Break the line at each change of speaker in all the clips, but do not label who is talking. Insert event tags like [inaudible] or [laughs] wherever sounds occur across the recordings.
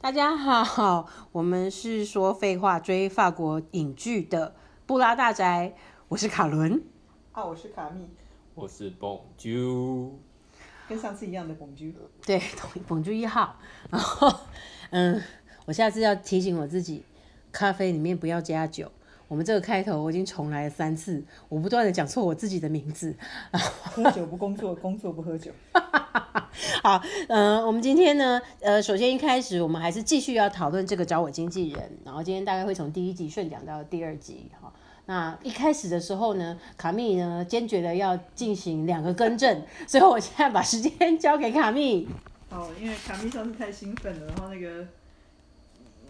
大家好，我们是说废话追法国影剧的布拉大宅，我是卡伦。
啊，我是卡密，
我是 Bonjour，
跟上次一样的拱居。
对， [laughs] 同捧住一号。然后，嗯，我下次要提醒我自己，咖啡里面不要加酒。我们这个开头我已经重来了三次，我不断的讲错我自己的名字。
喝酒不工作，工作不喝酒。
好， [laughs] 呃，我们今天呢，呃，首先一开始我们还是继续要讨论这个找我经纪人，然后今天大概会从第一集顺讲到第二集哈。那一开始的时候呢，卡密呢坚决的要进行两个更正，所以我现在把时间交给卡
[laughs]
密。
哦，因为卡密上次太兴奋了，然后那个，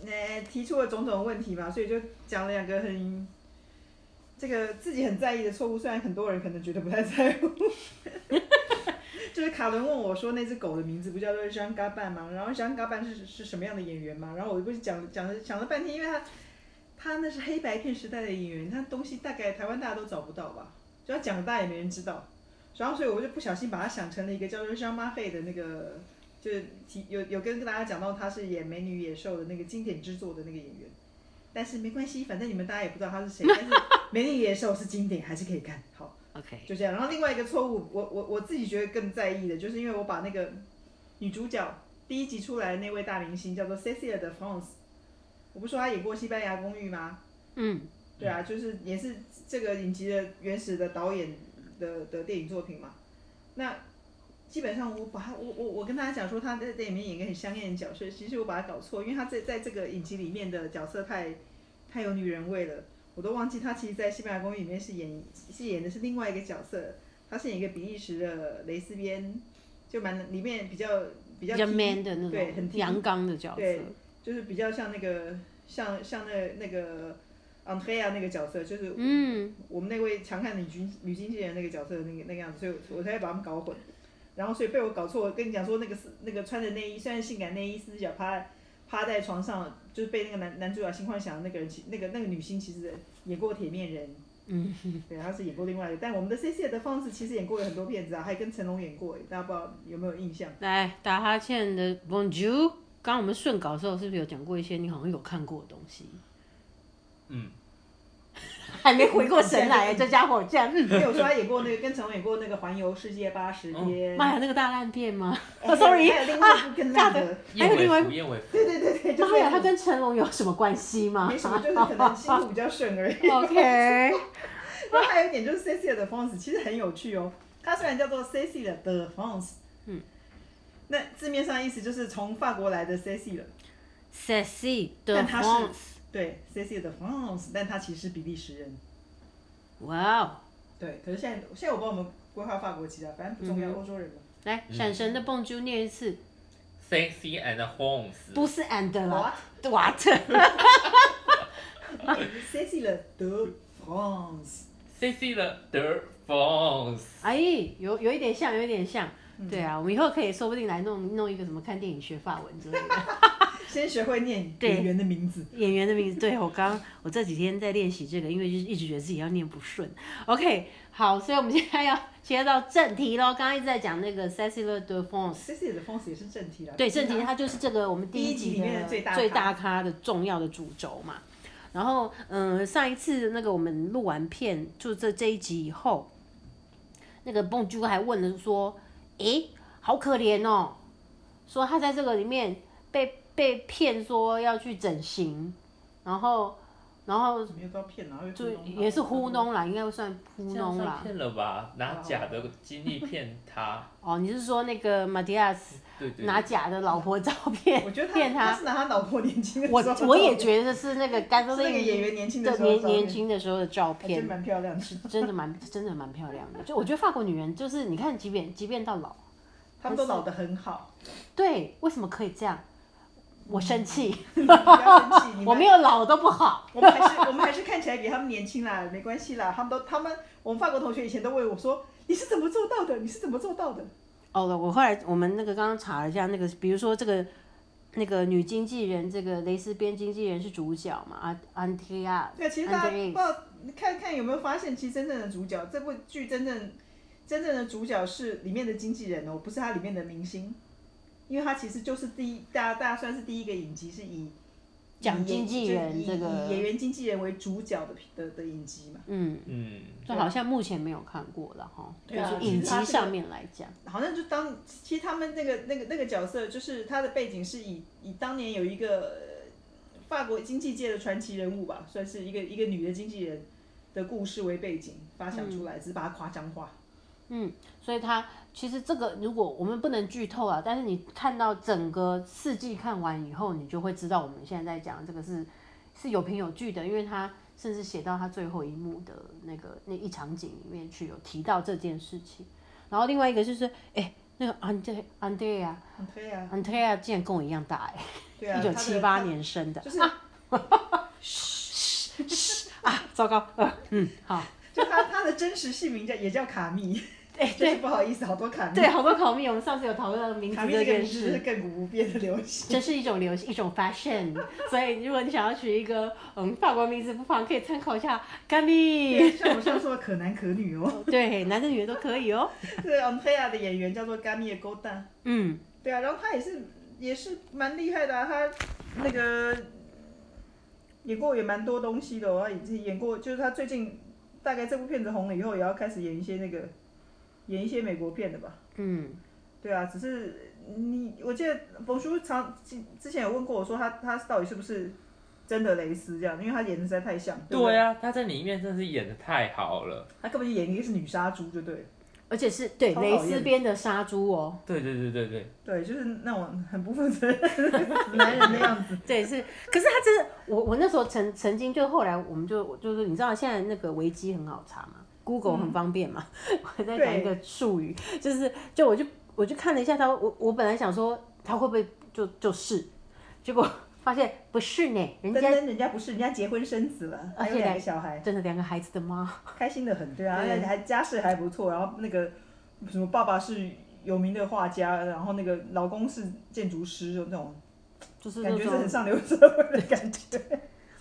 那、提出了种种问题嘛，所以就讲了两个很，这个自己很在意的错误，虽然很多人可能觉得不太在乎。 [laughs] 就是卡伦问我说那只狗的名字不叫做 j a n g a b a n 吗？然后 j a n g a b a n 是是什么样的演员嘛？然后我不是讲讲了讲了半天，因为他他那是黑白片时代的演员，他东西大概台湾大家都找不到吧，只要讲大家也没人知道。然后所以我就不小心把他想成了一个叫做 Jean m a f e 的那个，就是提有有跟大家讲到他是演《美女野兽》的那个经典之作的那个演员。但是没关系，反正你们大家也不知道他是谁。但是《美女野兽》是经典，还是可以看好。
OK，
就这样。然后另外一个错误，我我我自己觉得更在意的，就是因为我把那个女主角第一集出来的那位大明星叫做 Cecilia de France，我不说她演过《西班牙公寓》吗？
嗯，
对啊，就是也是这个影集的原始的导演的的电影作品嘛。那基本上我把她，我我我跟大家讲说她在这里面演一个很香艳的角色，其实我把她搞错，因为她在在这个影集里面的角色太太有女人味了。我都忘记他其实，在《西班牙公寓》里面是演是演的是另外一个角色，他是演一个比利时的蕾丝边，就蛮里面比较比较
比较
T-
man 的那
对，很
种
T
阳刚的角色。
对就是比较像那个像像那那个 Andrea 那个角色，就是
嗯，
我们那位强悍女军女经纪人那个角色的那个那个样子，所以我我才把他们搞混。然后所以被我搞错，我跟你讲说那个是那个穿着内衣，虽然性感内衣，四只脚趴趴在床上，就是被那个男男主角性幻想的那个人，其那个那个女星其实演过《铁面人》，嗯， [laughs] 对，她是演过另外一个，但我们的 C C 的方式其实演过很多片子啊，还跟成龙演过，大家不知道有没有印象？
来打哈欠的 Bonjour，刚刚我们顺稿的时候是不是有讲过一些你好像有看过的东西？
嗯，
还没回过神来，这家伙竟然
[laughs]
嗯，
因为我说他演过那个跟成龙演过那个《环游世界八十天》
妈呀，那个大烂片吗？
哦
Sorry，
还有另外一部
啊
更烂
尬
的，
还有另外
燕尾服，燕尾服，
对对对对，就是
妈呀，他跟啊成龙有什么关系吗
没什么，就是可能心路比较顺而
[laughs]
已。[laughs]
？OK，
然后还有一点就是 Cecilia 的 France 其实很有趣哦，它虽然叫做 Cecilia 的 France，
嗯，
那字面上意思就是从法国来的 Cecilia，
Ceci 的
但他是
France，
对 Cecilia 的 France，但他其实是比利时人，
哇哦！
对。可是现在现在我帮我们规划法国籍啊，反正
嗯
不重要，欧洲人嘛。
来，闪神的蹦珠念一次，
嗯
Sexy and Holmes，
不是 and 啦
What？
，what？
[laughs]
[laughs]
Cecilia 的 France，
，Sexy 的 The Phones，
哎，有有一点像，有一点像。
嗯
对啊，我们以后可以说不定来弄弄一个什么看电影学法文之类的
先学会念
对
演员的名字。
演员的名字。对我刚我这几天在练习这个，因为就是一直觉得自己要念不顺。OK，好，所以我们现在要切到正题喽。刚刚一直在讲那个 Cecilia de France，
Cecilia 的 France 也是正题啦，
对，正题它就是这个我们第一集
啊第一集里面的最大咖
最大咖的重要的主轴嘛。然后，嗯、上一次那个我们录完片，就这这一集以后，那个蹦珠还问了说：“诶，好可怜哦，说他在这个里面被被骗，说要去整形，然后然后
没有到骗啊，
就也是糊弄啦，应该算糊
这样
弄
算
啦。
骗了吧？拿假的经历骗
[laughs]
他，
哦，你是说那个马蒂亚斯
对对，
拿假的老婆照片
我觉得
骗
他他是拿他老婆年轻 [laughs] 的时候
我
照片，
我也觉得是那个甘
[laughs] 是
蔗
那个演员年轻的时候
年
照片
年轻的时候的照
还真
片，
蛮漂亮的。
真的蛮真的蛮漂亮的。就我觉得法国女人就是你看，即便即便到老，
他们都老得很
[laughs]
好，
对，为什么可以这样？我生气，
不要生气。你们
我没，有老都不好。
我们还是我们还是看起来比他们年轻啦，没关系啦。他们都他们，我们法国同学以前都问我说：“你是怎么做到的？你是怎么做到的
哦，我后来我们那个刚刚查了一下，那个比如说这个那个女经纪人，这个蕾丝边经纪人是主角嘛？啊安安提亚？”，
对，其实大家不
Andreas
知道看看有没有发现，其实真正的主角，这部剧真正真正的主角是里面的经纪人哦，不是他里面的明星。因为它其实就是第一，大家大家算是第一个影集是以
讲
以
经纪
就
人
以
这个
以演员经纪人为主角的的的影集嘛，
嗯，
嗯，
就好像目前没有看过了哈，就
对啊
是
其实
影
它
集
这个
上面来讲，
好像就当其实他们那个那个那个角色，就是他的背景是以以当年有一个呃法国经济界的传奇人物吧，算是一个一个女的经纪人的故事为背景发
嗯
想出来，只是把它夸张化。
所以它其实这个如果我们不能剧透啊，但是你看到整个四季看完以后，你就会知道我们现在在讲这个是是有凭有据的，因为它甚至写到它最后一幕的那个那一场景里面去有提到这件事情。然后另外一个就是，哎、那个安德安德亚
很推啊，
安德亚竟然跟我一样大哎、
对啊，
一九
他
七
的
八，年生的
他就是
[laughs] 啊，糟糕，呃，嗯，好，
就他他的真实姓名叫也叫卡密，
哎、
[laughs] 就
对
是不好意思，好多卡密。
对，好多考密，我们上次有讨论到名字
卡密
这
这个
件
名字是
事。
亘古不变的流行。
这是一种流行，一种 fashion，所 [laughs] 以如果你想要取一个嗯法国名字，不妨可以参考一下 g a m
[laughs]
i
对像我们上次说的可男可女哦， [laughs]
对，男的女的都可以哦。
这个 Andrea 的演员叫做 g a m i e g o d a n
嗯，
对啊，然后他也是也是蛮厉害的、啊，他那个演过也蛮多东西的、哦，他已经演过，就是他最近大概这部片子红了以后，也要开始演一些那个演一些美国片的吧。
嗯，
对啊，只是你我记得冯叔常之之前有问过我说他他到底是不是真的蕾丝这样，因为他演的实在太像。对不
对啊
对，
呀、他在里面真是演的太好了。
他根本就演一个是女杀猪就对了，
而且是对
超讨厌
蕾丝边的杀猪哦， [laughs]
对对对对对，
对，就是那种很不负责任男人的样子。
对是。可是他真的，我我那时候曾曾经就后来我们就我就是你知道现在那个维基很好查嘛，Google 很方便嘛。 [laughs] 我在讲一个术语，就是就我就我就看了一下他，我我本来想说他会不会就就是，结果发现不是呢，人
[laughs] 但
家
但人家不是，人家结婚生子了，还
而
有
且
两
两
个小孩。
真的两个孩子的妈，
[laughs] 开心的很，对啊，
对
而且还家世还不错，然后那个什么爸爸是有名的画家，然后那个老公是建筑师，就那种
就是那
感觉是
种
很上流社会的感觉。 [laughs]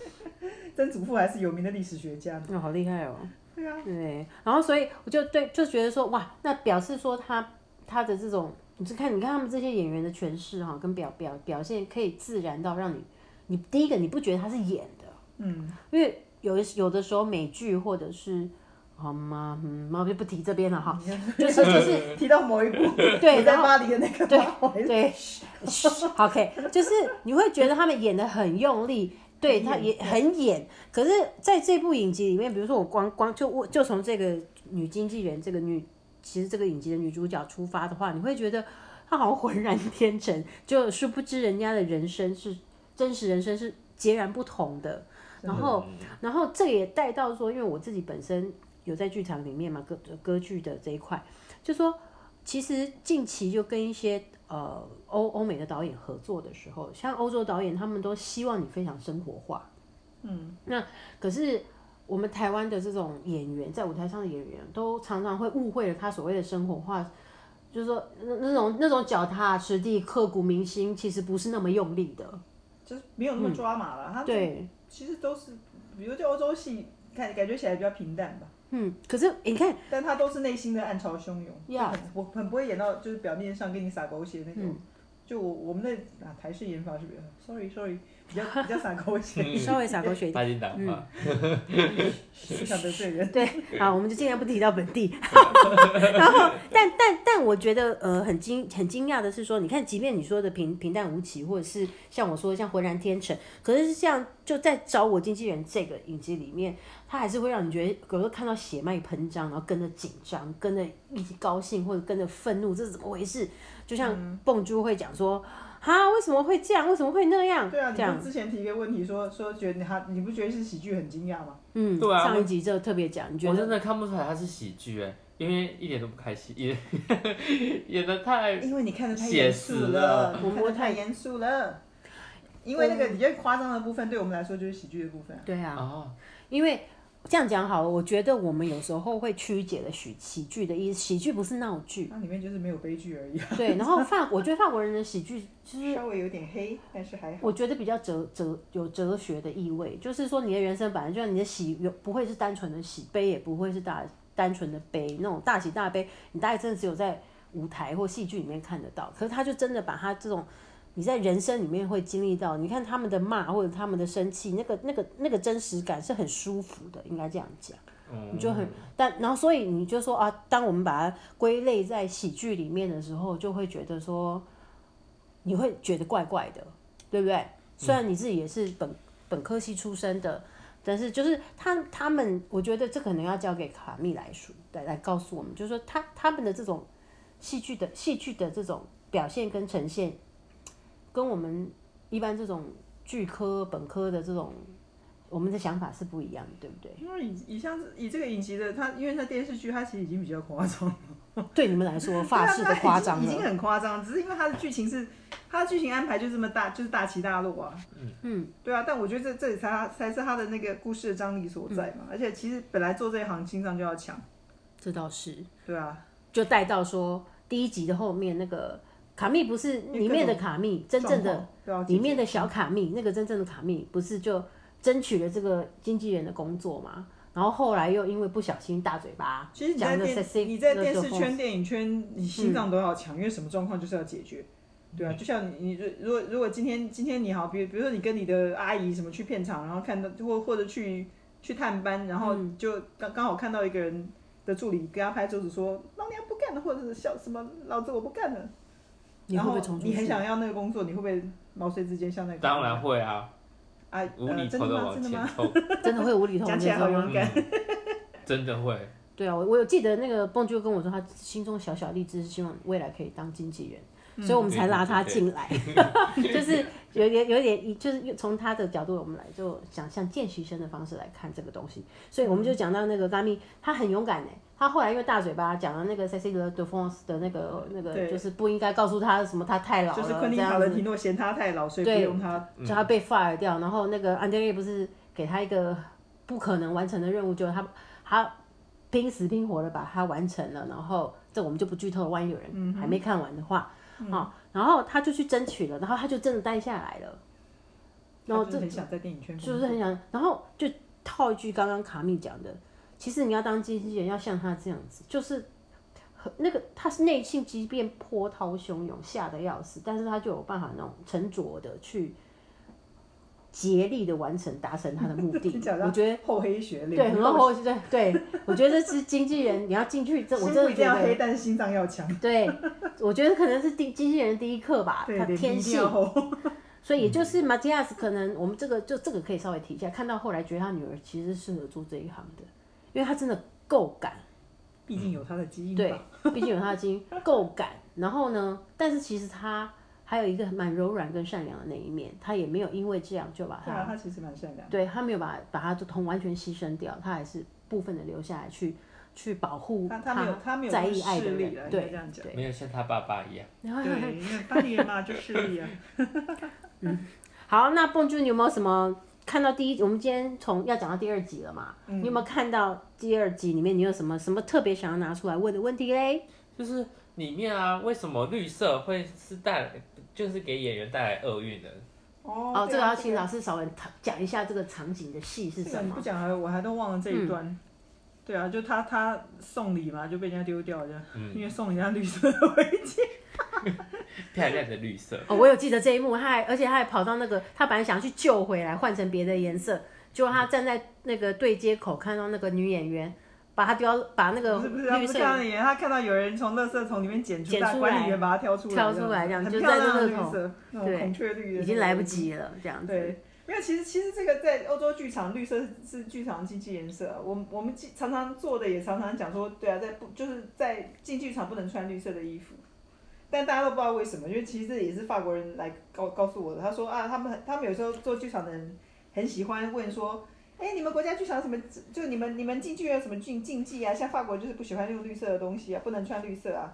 曾祖父还是有名的历史学家，
哦，好厉害哦！
对啊，
对，然后所以我就对就觉得说，哇，那表示说他他的这种，你是看你看他们这些演员的诠释哈、跟表表表现可以自然到让你，你第一个你不觉得他是演的，
嗯，
因为有一有的时候美剧或者是好吗？嗯，我就不提这边了
[laughs]
哈，就是就是
提到某一部
[laughs] 对
我在
然后
巴黎的那个
对
巴
[laughs]
黎
对，OK，就是你会觉得他们演的很用力，对他也很演。可是在这部影集里面，比如说我光光就我就从这个女经纪人这个女，其实这个影集的女主角出发的话，你会觉得她好像浑然天成，就殊不知人家的人生是真实人生是截然不同的。嗯然后然后这也带到说，因为我自己本身有在剧场里面嘛，歌歌剧的这一块，就说其实近期就跟一些呃欧欧美的导演合作的时候，像欧洲导演他们都希望你非常生活化，嗯，那可是。我们台湾的这种演员，在舞台上的演员，都常常会误会了他所谓的生活化，就是说那那种那种脚踏实地、刻骨铭心，其实不是那么用力的。
就是没有那么抓马了。他们
嗯对，
其实都是，比如就欧洲戏，看感觉起来比较平淡吧，
嗯，可是你看，
但他都是内心的暗潮汹涌，就
Yeah 嗯
很不很不会演到就是表面上跟你撒狗血那种。就我我们的啊台式演法是比较，sorry sorry，比较
[laughs]
比较撒狗血，
稍微洒狗血一点。
他已经打话，
不想得罪人。
对，好，我们就尽量不提到本
[laughs]
地。 [laughs] 然后，但但但我觉得，呃，很惊很惊讶的是说，你看，即便你说的平平淡无奇，或者是像我说的像浑然天成，可是像就在找我经纪人这个影集里面，他还是会让你觉得，有时候看到血脉喷张，然后跟着紧张，跟着一起高兴，或者跟着愤怒，这是怎么回事？就
嗯
像蹦珠会讲说，哈，为什么会这样？为什么会那样？
对啊，你
这样
不，是之前提一个问题说说觉得他你不觉得是喜剧很惊讶吗？
嗯，
对啊
上
我
一集就特别讲，你觉
我
得
真的看不出来他是喜剧哎、因为一点都不开心， [laughs] 演演的太
因为你看的太
写
严肃
实
了，
了
我们太严肃了。因为那个比较夸张的部分，对我们来说就是喜剧的部分啊。
对啊。
啊，
因为这样讲好了，我觉得我们有时候会曲解了喜喜剧的意思，喜剧不是闹剧。
那里面就是没有悲剧而已啊，
对，然后法，我觉得法国人的喜剧就是，
稍微有点黑，但是还好。
我觉得比较哲哲有哲学的意味，就是说你的人生本来就像你的喜有不会是单纯的喜，悲也不会是大单纯的悲，那种大喜大悲，你大概真的只有在舞台或戏剧里面看得到，可是他就真的把他这种你在人生里面会经历到，你看他们的骂或者他们的生气，那个那个那个真实感是很舒服的，应该这样讲。
嗯
你就很，但然后所以你就说啊，当我们把它归类在喜剧里面的时候，就会觉得说，你会觉得怪怪的，对不
嗯
对？虽然你自己也是本本科系出身的，但是就是他他们，我觉得这可能要交给卡密来说，来来告诉我们，就是说他他们的这种戏剧的戏剧的这种表现跟呈现，跟我们一般这种剧科本科的这种我们的想法是不一样的，对不
[laughs]
对？
因为以以像是以这个影集的，它因为它电视剧，它其实已经比较夸张，
对你们来说，法式
对
的
啊它已经
夸张
已经
了。
很夸张，只是因为它的剧情是它的剧情安排就这么大，就是大起大落啊。
嗯，
对啊，但我觉得这这里才它才是它的那个故事的张力所在嘛。而且其实本来做这一行心脏就要强，
这倒是。
对啊，
就带到说第一集的后面那个卡密不是里面的卡密，真正的
状况对啊，
里面的小卡密，那个真正的卡密不是就争取了这个经纪人的工作嘛？然后后来又因为不小心大嘴巴，
其实你在
讲了
电
sexy，
你在
那
电
就
视
疯
圈、电影圈，你心
嗯
脏都要强，因为什么状况就是要解决。对啊，就像你，你如如果如果今天今天你好，比如比如说你跟你的阿姨什么去片场，然后看到或或者去去探班，然后
嗯
就刚刚好看到一个人的助理跟他拍桌子说老娘不干了，或者是笑什么老子我不干了，
你会不会
然后
冲出
你很
去？
想要那个工作，你会不会毛遂自荐像那个？
当然会啊，
啊，
无
呃
厘
真
头
的
的
吗？
往
真的
前
吗？
冲，
真的会无厘头
讲
那
起来好
种吗？
勇敢，
真的会。
对啊，我我有记得那个蹦就跟我说，他心中小小励志是希望未来可以当经纪人，所以我们才拉他进来， [laughs] 就是有点有点，就是从他的角度我们来就想像见习生的方式来看这个东西，所以我们就讲到那个拉米，他很勇敢哎、他后来因为大嘴巴讲了那个 C C 的 d e f o n s 的那个那个，
对
就是不应该告诉他什么他太老
就
了
是昆汀
这
·塔
样
伦
子，
提诺嫌他太老，所以不
对
用他
就他被 fire 掉，然后那个安德烈不是给他一个不可能完成的任务，就他他拼死拼活的把它完成了，然后这我们就不剧透了，万一有人
嗯
还没看完的话，啊、然后他就去争取了，然后他就真的待下来了，然后
他
这
就是很想在电影圈工
就
作，
是很想，然后就套一句刚刚卡密讲的，其实你要当经纪人，要像他这样子，就是很那个他是内心即便波涛汹涌，吓得要死，但是他就有办法那种沉着的去竭力的完成达成他的目的
[laughs] 听起来。像
我觉得
厚黑学，
对，很多后对对，我觉得这是经纪人，你要进去，这我
心
真
不
的
一定
觉
要黑，
得。
但是心脏要强，
对，我觉得可能是第经纪人第一课吧，
对，
他
脸皮
天
一定
性
要厚。
所以也
嗯
就是马蒂亚斯，可能我们这个就这个可以稍微提一下，看到后来觉得他女儿其实适合做这一行的，因为他真的够
[laughs]
敢，
毕竟有他的基因
对
吧。，啊
毕竟有他的基因，够敢。然后呢，但是其实他还有一个蛮柔软跟善良的那一面，他也没有因为这样就把
对
他，
啊，他其实蛮善良。
对他没有把把他就同完全牺牲掉，他还是部分的留下来去去保护
他他没有他没有
在意爱的
势力
人
了，，应该
对
这样讲。
对。
没有像他爸爸一样，
然后
对，因为巴黎人嘛，就势力 [laughs] 啊。
好，那蹦珠你有没有什么看到第一？我们今天从要讲到第二集了嘛？你有没有看到第二集里面你有什么什么特别想要拿出来问的问题嘞？
就是里面啊，为什么绿色会是带来，就是给演员带来厄运呢？
哦
哦，
这个要请老师稍微讲一下这个场景的戏是
这个
什
你
么
不。讲了，我还都忘了这一段。对啊，就他他送礼嘛，就被人家丢掉这样，因为送人家绿 [laughs] 色的围巾。
漂亮的绿色，
哦，我有记得这一幕，他还而且他还跑到那个，他本来想去救回来，换成别的颜色，结果他站在那个对接口看到那个女演员，把他丢，把那个
不是不是，他
绿
不是
色
看到演，他看到有人从垃圾桶里面捡出
捡
来，
出
管
来
理员把它挑出来，
挑出来这样
很
就
漂
在垃
亮的
圾桶
绿色，那种
对
孔雀绿的，
已经来不。及了，这样子。
对，没有，其实其实这个在欧洲剧场，绿色是是剧场经济颜色啊。我们我们经常常做的也常常讲说，对啊，在不就是在进剧场不能穿绿色的衣服，但大家都不知道为什么，因为其实这也是法国人来告告诉我的。他说啊，他们很他们有时候做剧场的人很喜欢问说。哎，你们国家剧场有什么？就你们你们进剧有什么禁禁忌啊？像法国就是不喜欢用绿色的东西啊，不能穿绿色啊。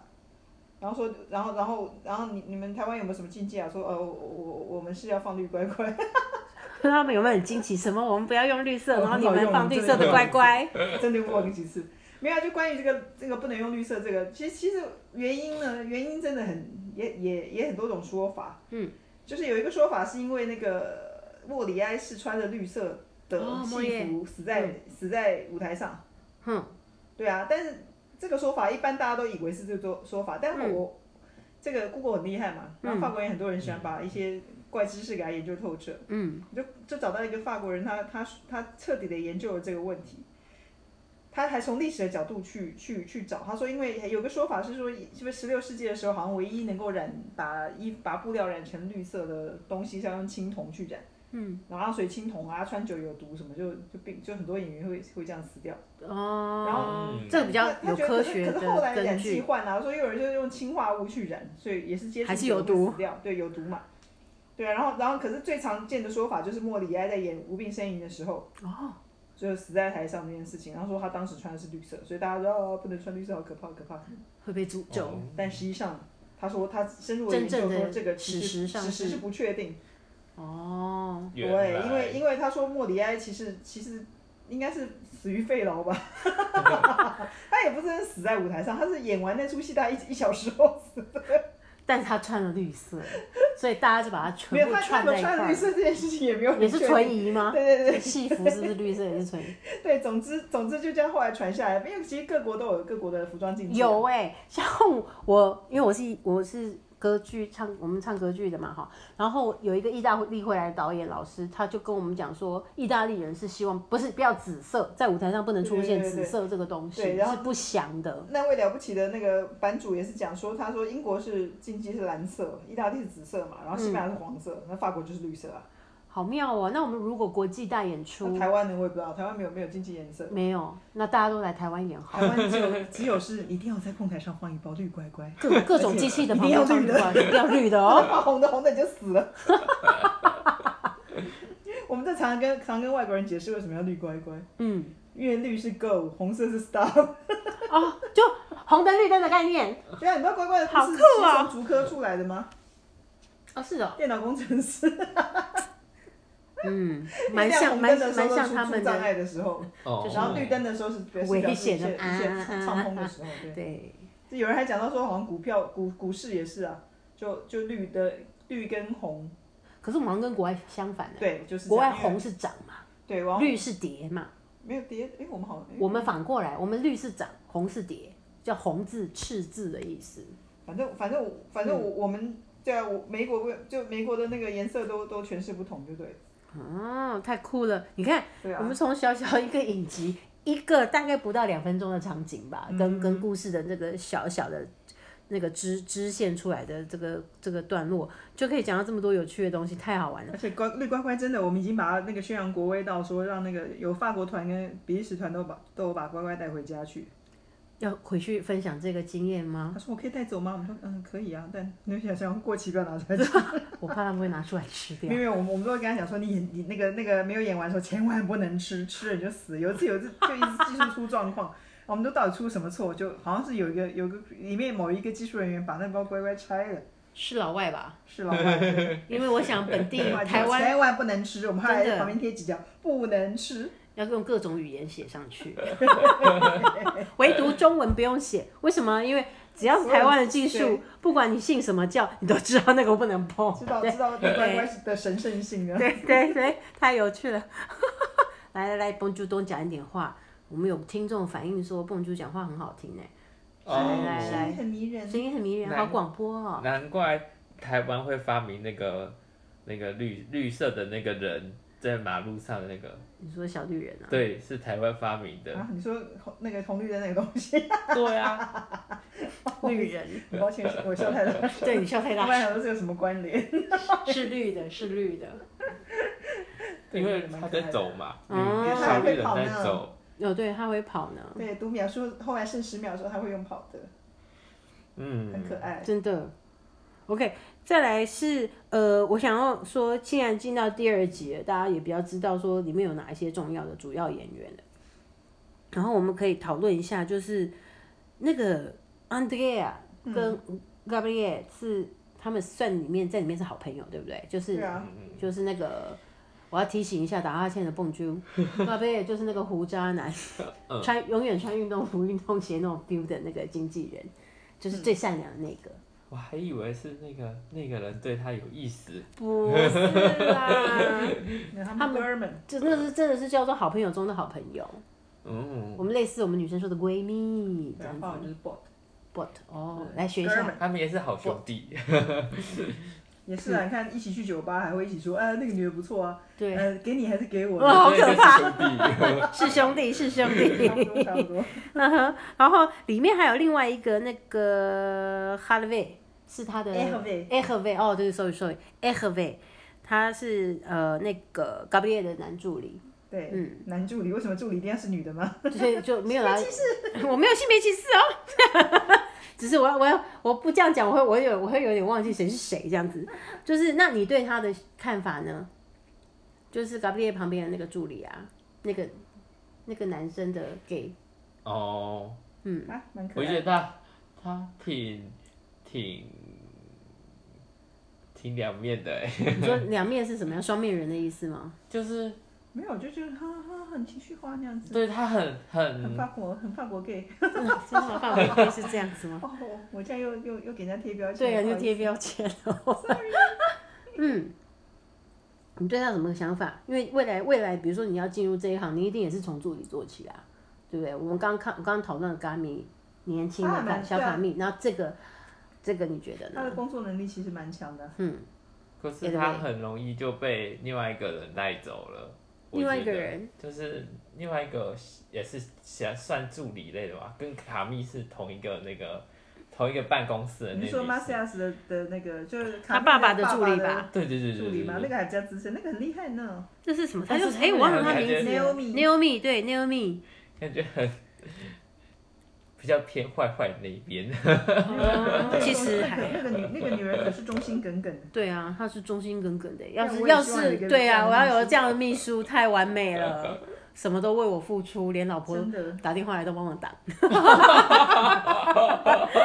然后说，然后然后然后你你们台湾有没有什么禁忌啊？说呃，我我我们是要放绿乖乖。
[laughs] 他们有没有很惊奇？什么？我们不要用绿色，
哦
然后
很
你
好
们
用
放绿
真的
色的
很好
乖
用
乖。
[laughs] 真的忘几次。没有啊，就关于这个这个不能用绿色这个，其实其实原因呢，原因真的很也也也很多种说法。嗯，就是有一个说法是因为那个莫里埃是穿着绿色的
哦莫
戏
耶嗯
服、死在、死在舞台上。
哼
对啊，但是这个说法一般大家都以为是这个说说法，但是我、
嗯
这个 Google 很厉害嘛，然后法国人很多人喜欢把一些怪知识给它研究透彻，嗯，就就找到一个法国人他，他他彻底的研究了这个问题。他还从历史的角度去去去找，他说，因为有个说法是说，是不是十六世纪的时候，好像唯一能够染把衣把布料染成绿色的东西是要用青铜去染，嗯，然后所以青铜啊穿久有毒什么就就病就很多演员会会这样死掉。
哦，
然
后
这个比较
他他
有
觉得
科
可是
学
可是后来
的
染
根
剂
据，
换啊，说又有人就是用氰化物去染，所以也是接触
还是
久了
有
会
毒
死掉，对，有毒嘛。对啊，然后然后可是最常见的说法就是莫里哀在演《无病呻吟》的时候，
哦，
就是死在台上这件事情，然后说他当时穿的是绿色，所以大家说哦不能穿绿色，好可怕，好可怕。
会被诅咒。
哦
但实际上，他说他深入的研究
真正
说
的
这个
史
其
实
实
上
史实
是
是不确定，
哦，
对，
原来
因为因为他说莫里哀其实其实应该是死于肺
[laughs]
痨吧， [laughs] 他也不是死在舞台上，他是演完那出戏大概一一小时后
但是他穿了绿 [laughs] 色，所以大家就把它全
没有
部
他他
串
们
在一块
穿绿
儿，
色这件事情也没有
也是
纯
存疑吗？
对对对
戏服是不是绿色也是 [laughs] 存疑？
对，总之总之就这样后来传下来，因为其实各国都有各国的服装禁忌，
有哎、像我，因为我是我是歌剧唱，我们唱歌剧的嘛哈。然后有一个意大利回来的导演老师，他就跟我们讲说，意大利人是希望不是不要紫色，在舞台上不能出现
对对对
紫
对
色这个东西，
对然后
是不祥的。
那位了不起的那个版主也是讲说，他说英国是禁忌是蓝色，意大利是紫色嘛，然后西
嗯
班牙是黄色，那法国就是绿色啊。
好妙哦！那我们如果国际大演
那
出
台湾呢，我也不知道，台湾没有没有禁忌颜色。
没有，那大家都来台湾演好
台湾只有只有是一定要在控台上放一包绿乖
[laughs]
乖，
各
[laughs]
各种机器的旁边
一定要
放绿
绿的
光，一定要绿
[laughs]
的哦。
放红的红的你就死了。 [laughs] 我们在常常跟常跟外国人解释为什么要绿乖乖，
嗯，
因为绿是 go，红色是 stop。
哦，就红灯绿灯的概念。
对啊，你知道乖乖的
好
不是
酷
是
啊
从竹科出来的吗？
哦，是哦，
电脑工程师，
嗯，蛮
[laughs] 亮
像
红
蛮
灯的时
蛮
候
像
出
他们
出障
的，
碍的时候，
哦
就是
然后绿灯的时候是表示
危
表示
险
一切
的啊
一切
啊
畅通的时候，对。
对。
就有人还讲到说，好像股票股股市也是啊，就就绿的绿跟红，
可是我们好像跟国外相反的，
对，就是这
国
样
外
因为
红是涨嘛，
对，然后
绿是跌嘛。
没有跌，哎，我们好，哎
我们反过来，我们绿是涨，红是跌，叫红字赤字的意思。
反正反正我反
嗯
正我我们对啊，我美国就美国的那个颜色都都诠释不同，就对了，
哦，太酷了！你看，
对
我
啊，
们从小小一个影集，一个大概不到两分钟的场景吧，跟
嗯
跟故事的那个小小的那个支支线出来的这个这个段落，就可以讲到这么多有趣的东西，太好玩了。
而且乖绿乖乖真的，我们已经把它那个宣扬国威到说，让那个有法国团跟比利时团都把都有把乖乖带回家去。
要回去分享这个经验吗？
他说我可以带走吗？我们说嗯可以啊，但你想想过期不要拿
[laughs]
出来吃。
我怕他们会拿出来吃掉
没。有，没有，我们我们都会跟他讲说，你演你那个那个没有演完的时候，千万不能吃，吃了你就死。有一次有一次就一直技术出状况，我们都到底出什么错？就好像是有一个有一个里面某一个技术人员把那包乖乖拆了，
是老外吧？
是老
[laughs]
板。对
因为我想本地
[laughs]
台湾
千万不能吃，我们后来
真的
在旁边贴几条不能吃。
要用各种语言写上
[laughs]
去，唯独中文不用写。为什么？因为只要是台湾的技
所有
术，不管你信什么教，你都知道那个不能碰。
知道知道乖乖的神圣性啊！
[laughs] 对对对，太有趣了。 [laughs] 来来来，蹦猪多讲一点话。我们有听众反映说，蹦猪讲话很好听哎，
哦
来来来
很迷人
声音很迷人，好广播哦。
难怪台湾会发明那个那个绿绿色的那个人在马路上的那个，
你说小绿人啊？
对，是台湾发明的。
啊！你说红那个红绿灯那个东西，
对
[laughs]
啊，
绿人，
抱歉，我笑太大，
[laughs]
哦 [laughs] 对你笑太
我
[laughs] 大，
本来想说这有什么关联。
是绿的，是绿的。
因为他在走嘛，
嗯
绿小绿人在走。
哦，对，他会跑呢，
对，读秒数后来剩十秒的时候，他会用跑的，很
嗯，
可爱。
真的。OK，再来是呃，我想要说，既然进到第二集了，大家也比较知道说里面有哪一些重要的主要演员了。然后我们可以讨论一下，就是那个 Andrea
嗯
跟 Gabriel 是、他们算里面在里面是好朋友，对不对？就是
嗯
对啊，
就是那个，我要提醒一下打哈欠的蹦啾，Gabriel 就是那个胡渣男，穿永远穿运动服、运动鞋那种 feel 的那个经纪人，就是最善良的那个。
我还以为是那个那个人对他有意思，
不是啦，
那他们哥们，
就那是真的是叫做好朋友中的好朋友。
嗯，
我们类似我们女生说的闺蜜这
然
样子
后法啊文就是 bot，
，bot 哦，
对
来学一
哥
下
们，
他们也是好兄弟，
也是啊，你看一起去酒吧还会一起说，啊，那个女的不错啊，
对，
呃，给你还是给我，
哇好可怕
对
[laughs]
就是兄弟。
是兄弟是兄
差不
弟，
多差不
[laughs]
多，
嗯哼，然后里面还有另外一个那个 Harvey 是他的
Hervé
Harvey 哦，对，sorry sorry Harvey，他是呃那个 Gabriel 的男助理，
对，
嗯
男助理为什么助理一定要是女的吗？
所以就没有啦。 [laughs] 我没有性别歧视哦， [laughs] 只是我要我要我不这样讲，我会我有我会有点忘记谁是谁这样子。就是那你对他的看法呢？就是 Gabriel 旁边的那个助理啊，那个那个男生的 gay，
哦，
嗯，
啊，蛮可
我
爱
觉
的。
得他他挺挺挺两面的欸，
你说两面是什么样？双面人的意思吗？
就是
没有，我就觉得哈哈很情绪化那样子，
对他很
很
嗯
很
法国，很法国 gay。
真嗯的吗？范围内是这样子吗？
哦，我我这样又又又给人家贴标签，
对啊，就
不好意思
贴标签 [laughs] 哦。嗯，你对他有什么想法？因为未来未来，比如说你要进入这一行，你一定也是从助理做起啊，对不对？我们刚看，我刚刚讨论了 g a m i 年轻
当然
的
了
小
对啊
卡蜜，然后这个这个你觉得
他
呢？
的工作能力其实蛮强的。
可
也
是
对
他很容易就被另外一个人带走了。我
另外
觉
一个
得
人
就是另外一个也是算算助理类的吧，跟卡密是同一个那个同一个办公室的那
你是说
女
m a
生
s i a s 的的那个就是
他
卡
爸爸
爸
的助理吧？
对对对对
助
对
理嘛，那
对
个还比较资深，那个很厉害呢。
这是什么？他
但是
就是
他
哎，
们
我忘了
两
他
个
名
感
字
觉。
Naomi
Naomi 对 Naomi，
感觉很比较偏坏坏的那一边。
哦其实
那
还
个那个女那个女人可是忠心耿耿的，
对啊，他是忠心耿耿的。要是
我也
要
希望有
是
一个
对啊，
这样的
我要有
秘书
这样的秘书，太完美了，什么都为我付出，连老婆 [laughs]
真的。
打电话来都帮我打。
虽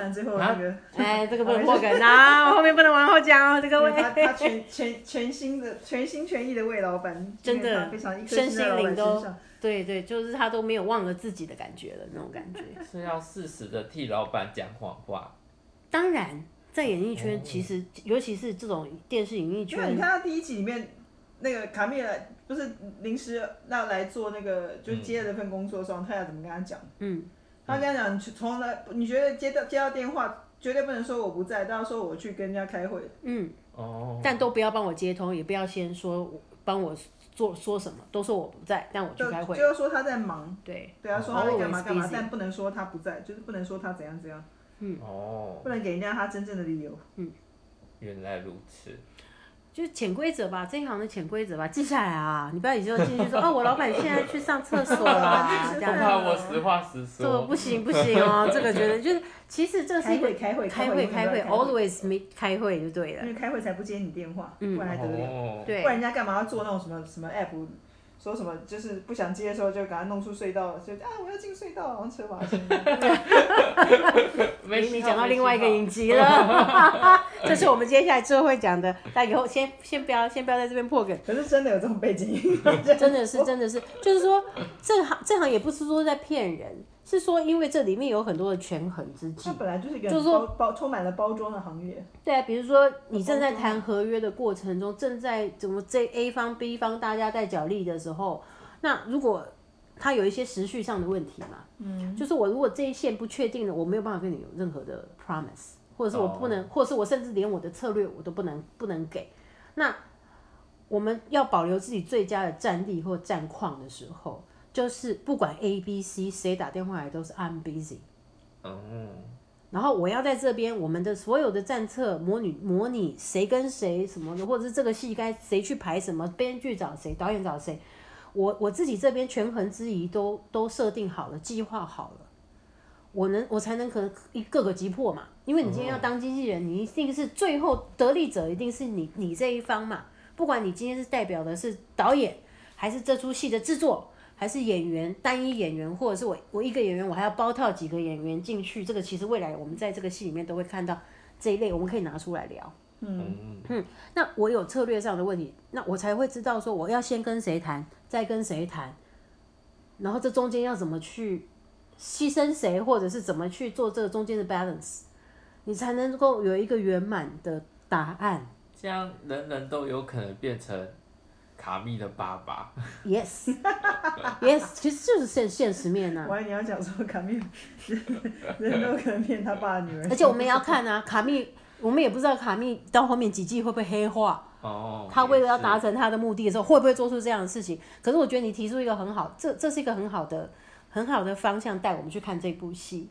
然最后那个
哎，这个不能破梗啊， [laughs] 我后面不能往后讲哦，这各位。
他他全全全心的全心全意的为老板，
真的
因为他非常一颗心在老板
身心灵都
身上。
对对，就是他都没有忘了自己的感觉了那种感觉。
是要适时的替老板讲谎话，
当然，在演艺圈，其实尤其是这种电视影艺
因为你
圈，
看他第一集里面，那个卡米尔不是临时那来做那个，就是接了这份工作的时候，他要怎么跟他讲？
嗯，
他跟他讲，你从来你觉得接到接到电话，绝对不能说我不在，都要说我去跟人家开会。
嗯，
哦，
但都不要帮我接通，也不要先说我帮我做说什么，都说我不在，但我去
就
开会
就。要说他在忙，
对，
对啊，说他在干嘛
Always
干嘛
busy，
但不能说他不在，就是不能说他怎样怎样，
哦，
不能给人家他真正的理由。
哦
原来如此，
就是潜规则吧，这一行的潜规则吧，记下来啊！你不要以后进去说哦，我老板现在去上厕所 [laughs] 啦，这
当
样子。
然
恐怕我实话实
这个
说
不。行不行哦，这个觉得就是，其实这是
开
一个
会开会
开会开会嗯
因为
，always meet 开会就对
你
了
要开。因为开会才不接你电话，
嗯
不然还得了？
哦，
对
不然人家干嘛要做那种什么什么 app，说什么就是不想接的时候就赶快弄出隧道，就啊我要进隧道，然 [laughs] 后车马上。
没
你
信
你
号
讲到
没
另外一个
信号
影集 [laughs] 了，这是我们接下来之后会讲的。那以后先先不要先不要在这边破梗，
可是真的有这种背景音乐，
[laughs] 真的是真的是，就是说这行这行也不是说在骗人，是说因为这里面有很多的权衡之计
它。本来就是一个
就是
很
说
包包充满了包装的行业。
对啊，比如说你正在谈合约的过程中，正在怎么这 A 方 B 方大家在角力的时候，那如果他有一些时序上的问题嘛，嗯，就是我如果这一线不确定了，我没有办法跟你有任何的 promise，或者是我不能，或者是我甚至连我的策略我都不能不能给。那我们要保留自己最佳的战力或战况的时候，就是不管 A、B、C 谁打电话来都是 I'm busy。
嗯，
然后我要在这边，我们的所有的战策模拟模拟谁跟谁什么的，或者是这个戏该谁去排什么，编剧找谁，导演找谁，我我自己这边权衡之疑都都设定好了，计划好了，我能我才能可一个个击破嘛。因为你今天要当经纪人，你一定是最后得利者，一定是你你这一方嘛。不管你今天是代表的是导演，还是这出戏的制作，还是演员单一演员，或者是我我一个演员我还要包套几个演员进去，这个其实未来我们在这个戏里面都会看到这一类，我们可以拿出来聊。
嗯，
那我有策略上的问题，那我才会知道说我要先跟谁谈，再跟谁谈，然后这中间要怎么去牺牲谁，或者是怎么去做这个中间的 balance，你才能够有一个圆满的答案。
这样人人都有可能变成卡密的爸爸，
Yes, Yes，其实就是现现实面啊呐、
我还以为你要讲说卡密， [laughs] 人人都可能骗他爸的女人，
而且我们也要看啊，卡密，我们也不知道卡密到后面几季会不会黑化，
哦，
他为了要
也是
达成他的目的的时候，会不会做出这样的事情？可是我觉得你提出一个很好，这这是一个很好的、很好的方向，带我们去看这部戏，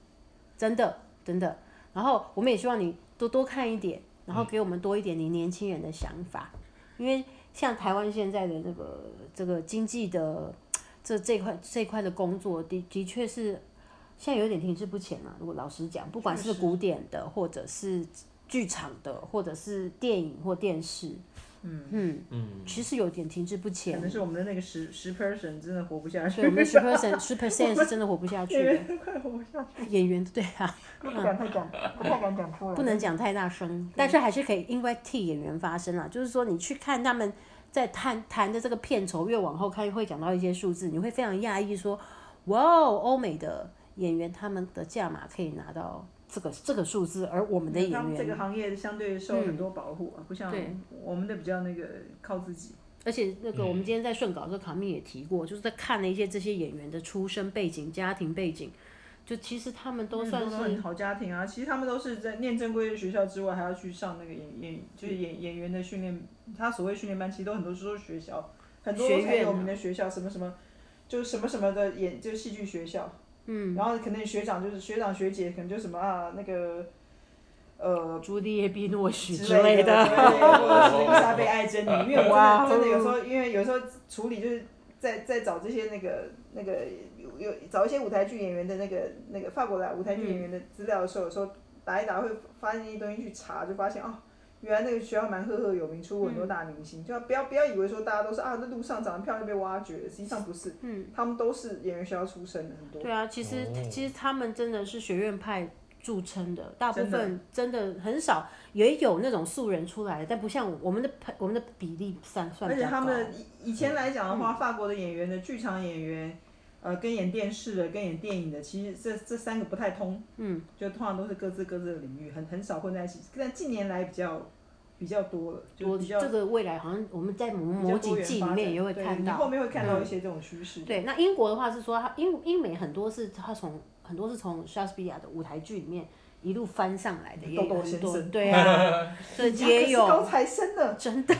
真的真的。然后我们也希望你多多看一点，然后
嗯
给我们多一点你年轻人的想法，因为像台湾现在的这个这个经济的这这块这块的工作的的确是现在有点停滞不前啊。如果老实讲，不管
确
是
实
古典的，或者是剧场的，或者是电影或电视，嗯
嗯，
其实有点停滞不
可
前
能。是我们的那个十十 person 真的活不下去，
对，我们十 percent 十 percent 是真的活不下去
演员 [laughs]
的，
都快活不下去，
演员对啊，
[laughs] 不敢太讲，不太敢讲出来，
不能讲太大声，但是还是可以因为替演员发声啦。就是说，你去看他们在谈谈的这个片酬，越往后看会讲到一些数字，你会非常讶异，说，哇哦，欧美的演员他们的价码可以拿到这个这个数字，而我们的演
他
员
这个行业相对受很多保护啊，不像
对
我们的比较那个靠自己。
而且那
嗯
个我们今天在顺稿的时候，卡密也提过，就是在看了一些这些演员的出身背景、家庭背景，就其实他们都
嗯
算
都
是
很好家庭啊。其实他们都是在念正规的学校之外，还要去上那个演演，就是演演员的训练。他所谓训练班，其实都很多时候学校，很多
学
都
院啊
很有名的学校，什么什么，就是什么什么的演，就是戏剧学校。嗯。然后可能学长就是学长学姐，可能就什么啊那个，呃。
朱丽叶·碧诺许
之
之类
类
的。
对或者是伊莎贝·艾珍妮，因为
哇
我
哦
真的真的有时候，因为有时候处理就是在在找这些那个那个有有找一些舞台剧演员的那个那个法国来舞台剧演员的资料的时候，有时候打一打会发现一些东西去查，就发现哦。原来那个学校蛮赫赫有名，出过很多大明星。就要不要不要以为说大家都是啊，那路上长得漂亮被挖掘的，实际上不是。嗯，他们都是演员学校出身的，很多。
对啊，其实、
哦
其实他们真的是学院派著称的，大部
真的
分真的很少，也有那种素人出来的，但不像我们的我们的比例算算
而
比
且
较
他
高。
们以以前来讲的话，法国的演员的剧场演员，呃，跟演电视的、跟演电影的，其实这这三个不太通，嗯，就通常都是各自各自的领域，很很少混在一起。但近年来比较比较多了，就
我
比较
这个未来好像我们在某
比较
某
多
几
元
季里
发
面
展
也会
对
看
你
到，嗯
后面会看到一些这种趋势。
对，那英国的话是说，它英英美很多是它从很多是从莎士比亚的舞台剧里面一路翻上来的，也
豆
有
豆
很
先
多
生
对啊，这
人家可是
也有
高材生呢，
真的。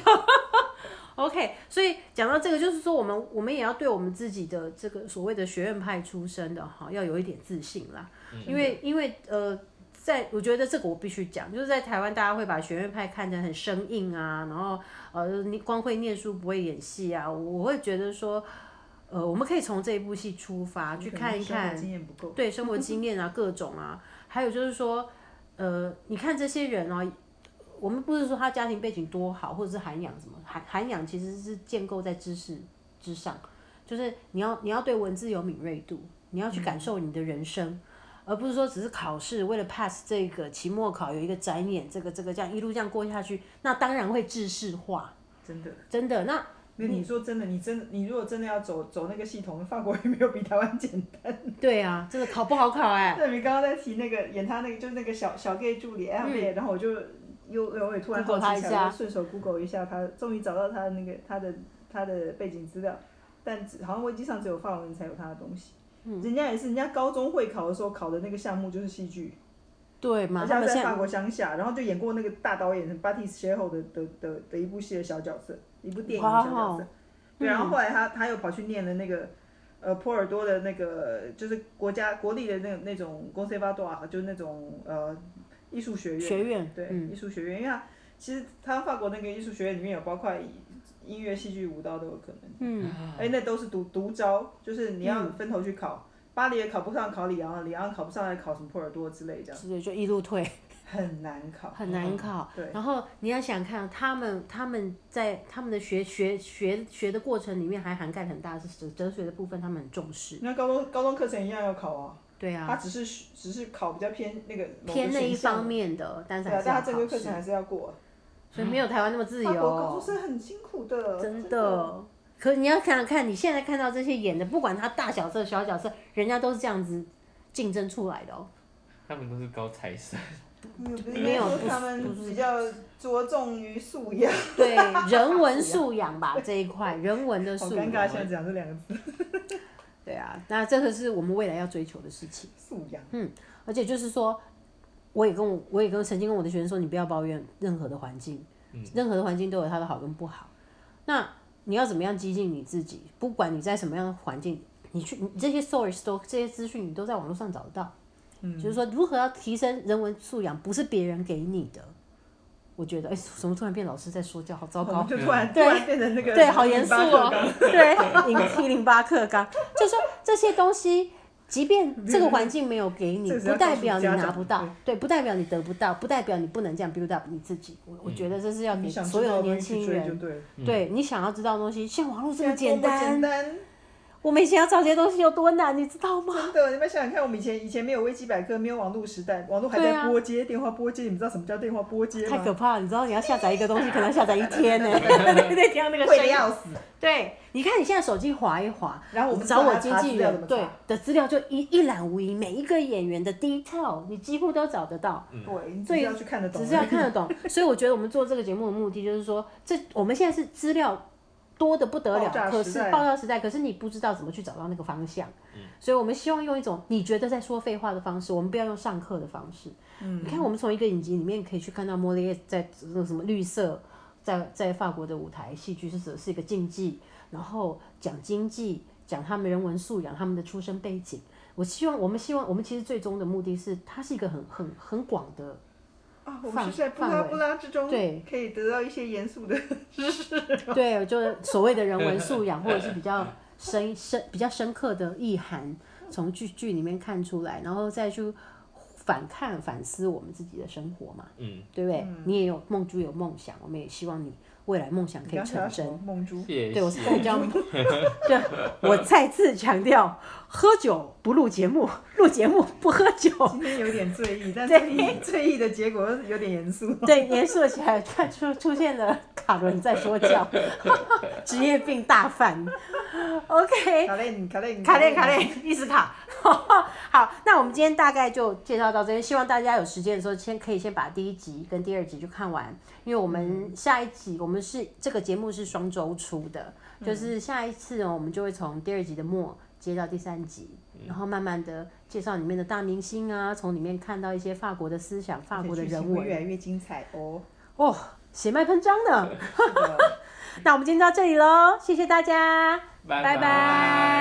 OK，所以讲到这个，就是说我们我们也要对我们自己的这个所谓的学院派出身的哈，要有一点自信啦，因为因为呃。在我觉得这个我必须讲，就是在台湾，大家会把学院派看得很生硬啊，然后呃，你光会念书不会演戏啊，我会觉得说，呃，我们可以从这一部戏出发啊去
可能
看一
生活
看，
经验不够。
对生活经验啊， [laughs] 各种啊，还有就是说，呃，你看这些人啊，我们不是说他家庭背景多好，或者是涵养什么涵涵养，其实是建构在知识之上，就是你要你要对文字有敏锐度，你要去
嗯
感受你的人生。而不是说只是考试，为了 pass 这个期末考有一个展演，这个这个这样一路这样过下去，那当然会制式化，
真的，
真的。那
那你说真的，你真的，你如果真的要走走那个系统，法国也没有比台湾简 [laughs] 单。
对啊，真的考不好考哎、
[laughs] 那你刚刚在提那个演他那个就是那个小小 gay 助理 L 妹、然后我就又我也突然好
嗯 Google 他
奇
一
起
下
来，我就顺手 Google 一下他，终于找到他的那个他的他的背景资料，但只好像维基上只有法文才有他的东西。
嗯
人家也是，人家高中会考的时候考的那个项目就是戏剧，
对嘛？
而且
他
他
们现
在
在
法国乡下，然后就演过那个大导演 Batis s h e h o 的的的的一部戏的小角色，一部电影的小
哇
角
哦
色。对，然后后来他他又跑去念了那个呃波尔多的那个就是国家国立的那那种 c o n s e r v a d o i 就是那种呃艺术学院。
学院
对，
嗯，
艺术学院，因为他其实他法国那个艺术学院里面有包括音乐、戏剧、舞蹈都有可能。嗯，哎，那都是独独招，就是你
嗯
要分头去考。巴黎也考不上，考里昂；里昂考不上，还考什么波尔多之类这样，
之类就一路退。
很难考。
很难考。
对
然后你要想看他们，他们在他们的学学学学的过程里面，还涵盖很大的是哲学的部分，他们很重视。
那高中高中课程一样要考啊，
对啊，
他只是只是考比较偏那个某个
偏那一
选项
方面的，但是
对
还
啊，
是
但
要
他正规
考
课程
试，
还是要过。
所以没有台湾那么自
法国高
由
中，生很辛苦的，
真
的。
的。可你要想想看，你现在看到这些演的，不管他大角色、小角色，人家都是这样子竞争出来的哦。
他们都是高材生，
没
没
有不是
他们
不是
比较着重于素养，
对人文素养吧这一块，人文的
好
素养。
尴尬，现在讲这两个字
对啊，那这个是我们未来要追求的事情。
素养。
而且就是说，我也跟我我也跟曾经跟我的学生说，你不要抱怨任何的环境，任何的环境都有它的好跟不好。那你要怎么样激进你自己？不管你在什么样的环境，你去你这些 source 都这些资讯，你都在网络上找得到。嗯，就是说如何要提升人文素养，不是别人给你的。我觉得，哎，怎么突然变老师在说教，好糟
我
糕
们。就突然突
对啊
然变成那个
对，好严肃
巴克
哦
刚。
对，零一零八克刚，就说这些东西，即便这个环境没有给你，
这是要
不代表你
告诉家
拿
长
不到
对，
对，不代表你得不到，不代表你不能这样 build up 你自己。我我觉得这是要给
你想
所有
知道
的
东
年
西去
轻
追就
人，
对了，
对你想要知道的东西，像网络这么
现
简
在多么
单，
简单，
我们以前要找这些东西有多难，你知道吗？
真的，你们想想看，我们以前以前没有维基百科，没有网络时代，网络还
对
在
啊
拨接、电话拨接，你们知道什么叫电话拨接
太
吗？
可怕了！你知道你要下载一个东西，可能要下载一天
[laughs]
呢。 [laughs] 那天那个
贵
声
的
音，
要死。
对，你看你现在手机划一划，
然后我们
找我
查
经
查
纪
资料怎
人
么
对
查
的资料就一一览无遗，每一个演员的 detail 你几乎都找得到，
对，你只
最
是要去看得懂而已，啊
只是要看得
[laughs]
懂。所以我觉得我们做这个节目的目的就是说，这我们现在是资料多的不得了
爆炸，
可
时
是
代啊
爆炸时代，可是你不知道怎么去找到那个方向。所以我们希望用一种你觉得在说废话的方式，我们不要用上课的方式。嗯，你看我们从一个影集里面可以去看到莫里耶在那种什么绿色。在在法国的舞台戏剧是指是一个竞技，然后讲经济，讲他们人文素养，他们的出身背景。我希望我们希望我们其实最终的目的是，它是一个很很很广的，
啊，我们
范
是在布拉
范围
布拉之中，
对，
可以得到一些严肃的。
对，就是所谓的人文素养，或者是比较深深比较深刻的意涵，从剧剧里面看出来，然后再去反看反思我们自己的生活嘛，
嗯，
对不对？你也有梦珠有梦想，我们也希望你未来梦想可以
你刚才
成
要什
真
么。梦珠，
谢谢。
对我是再教，对，我再次强调，喝酒不录节目，录节目不喝酒。
今天有点醉意，但醉意 [laughs] 醉意的结果有点严肃。
对，严肃起来，看出出现了卡伦在说教， [laughs] 职业病大犯。OK，
卡累，卡累，
卡哎累卡累，一直卡。 [laughs] 好，那我们今天大概就介绍到这边，希望大家有时间的时候先可以先把第一集跟第二集就看完，因为我们下一集我们是这个节目是双周出的，就是下一次呢我们就会从第二集的末接到第三集。然后慢慢的介绍里面的大明星啊，从里面看到一些法国的思想、法
而且
国的
剧情
人
会
文
越，来越精彩
[laughs]
哦。
哦，血脉喷张呢。
是的
那我们今天到这里喽，谢谢大家，拜
拜
拜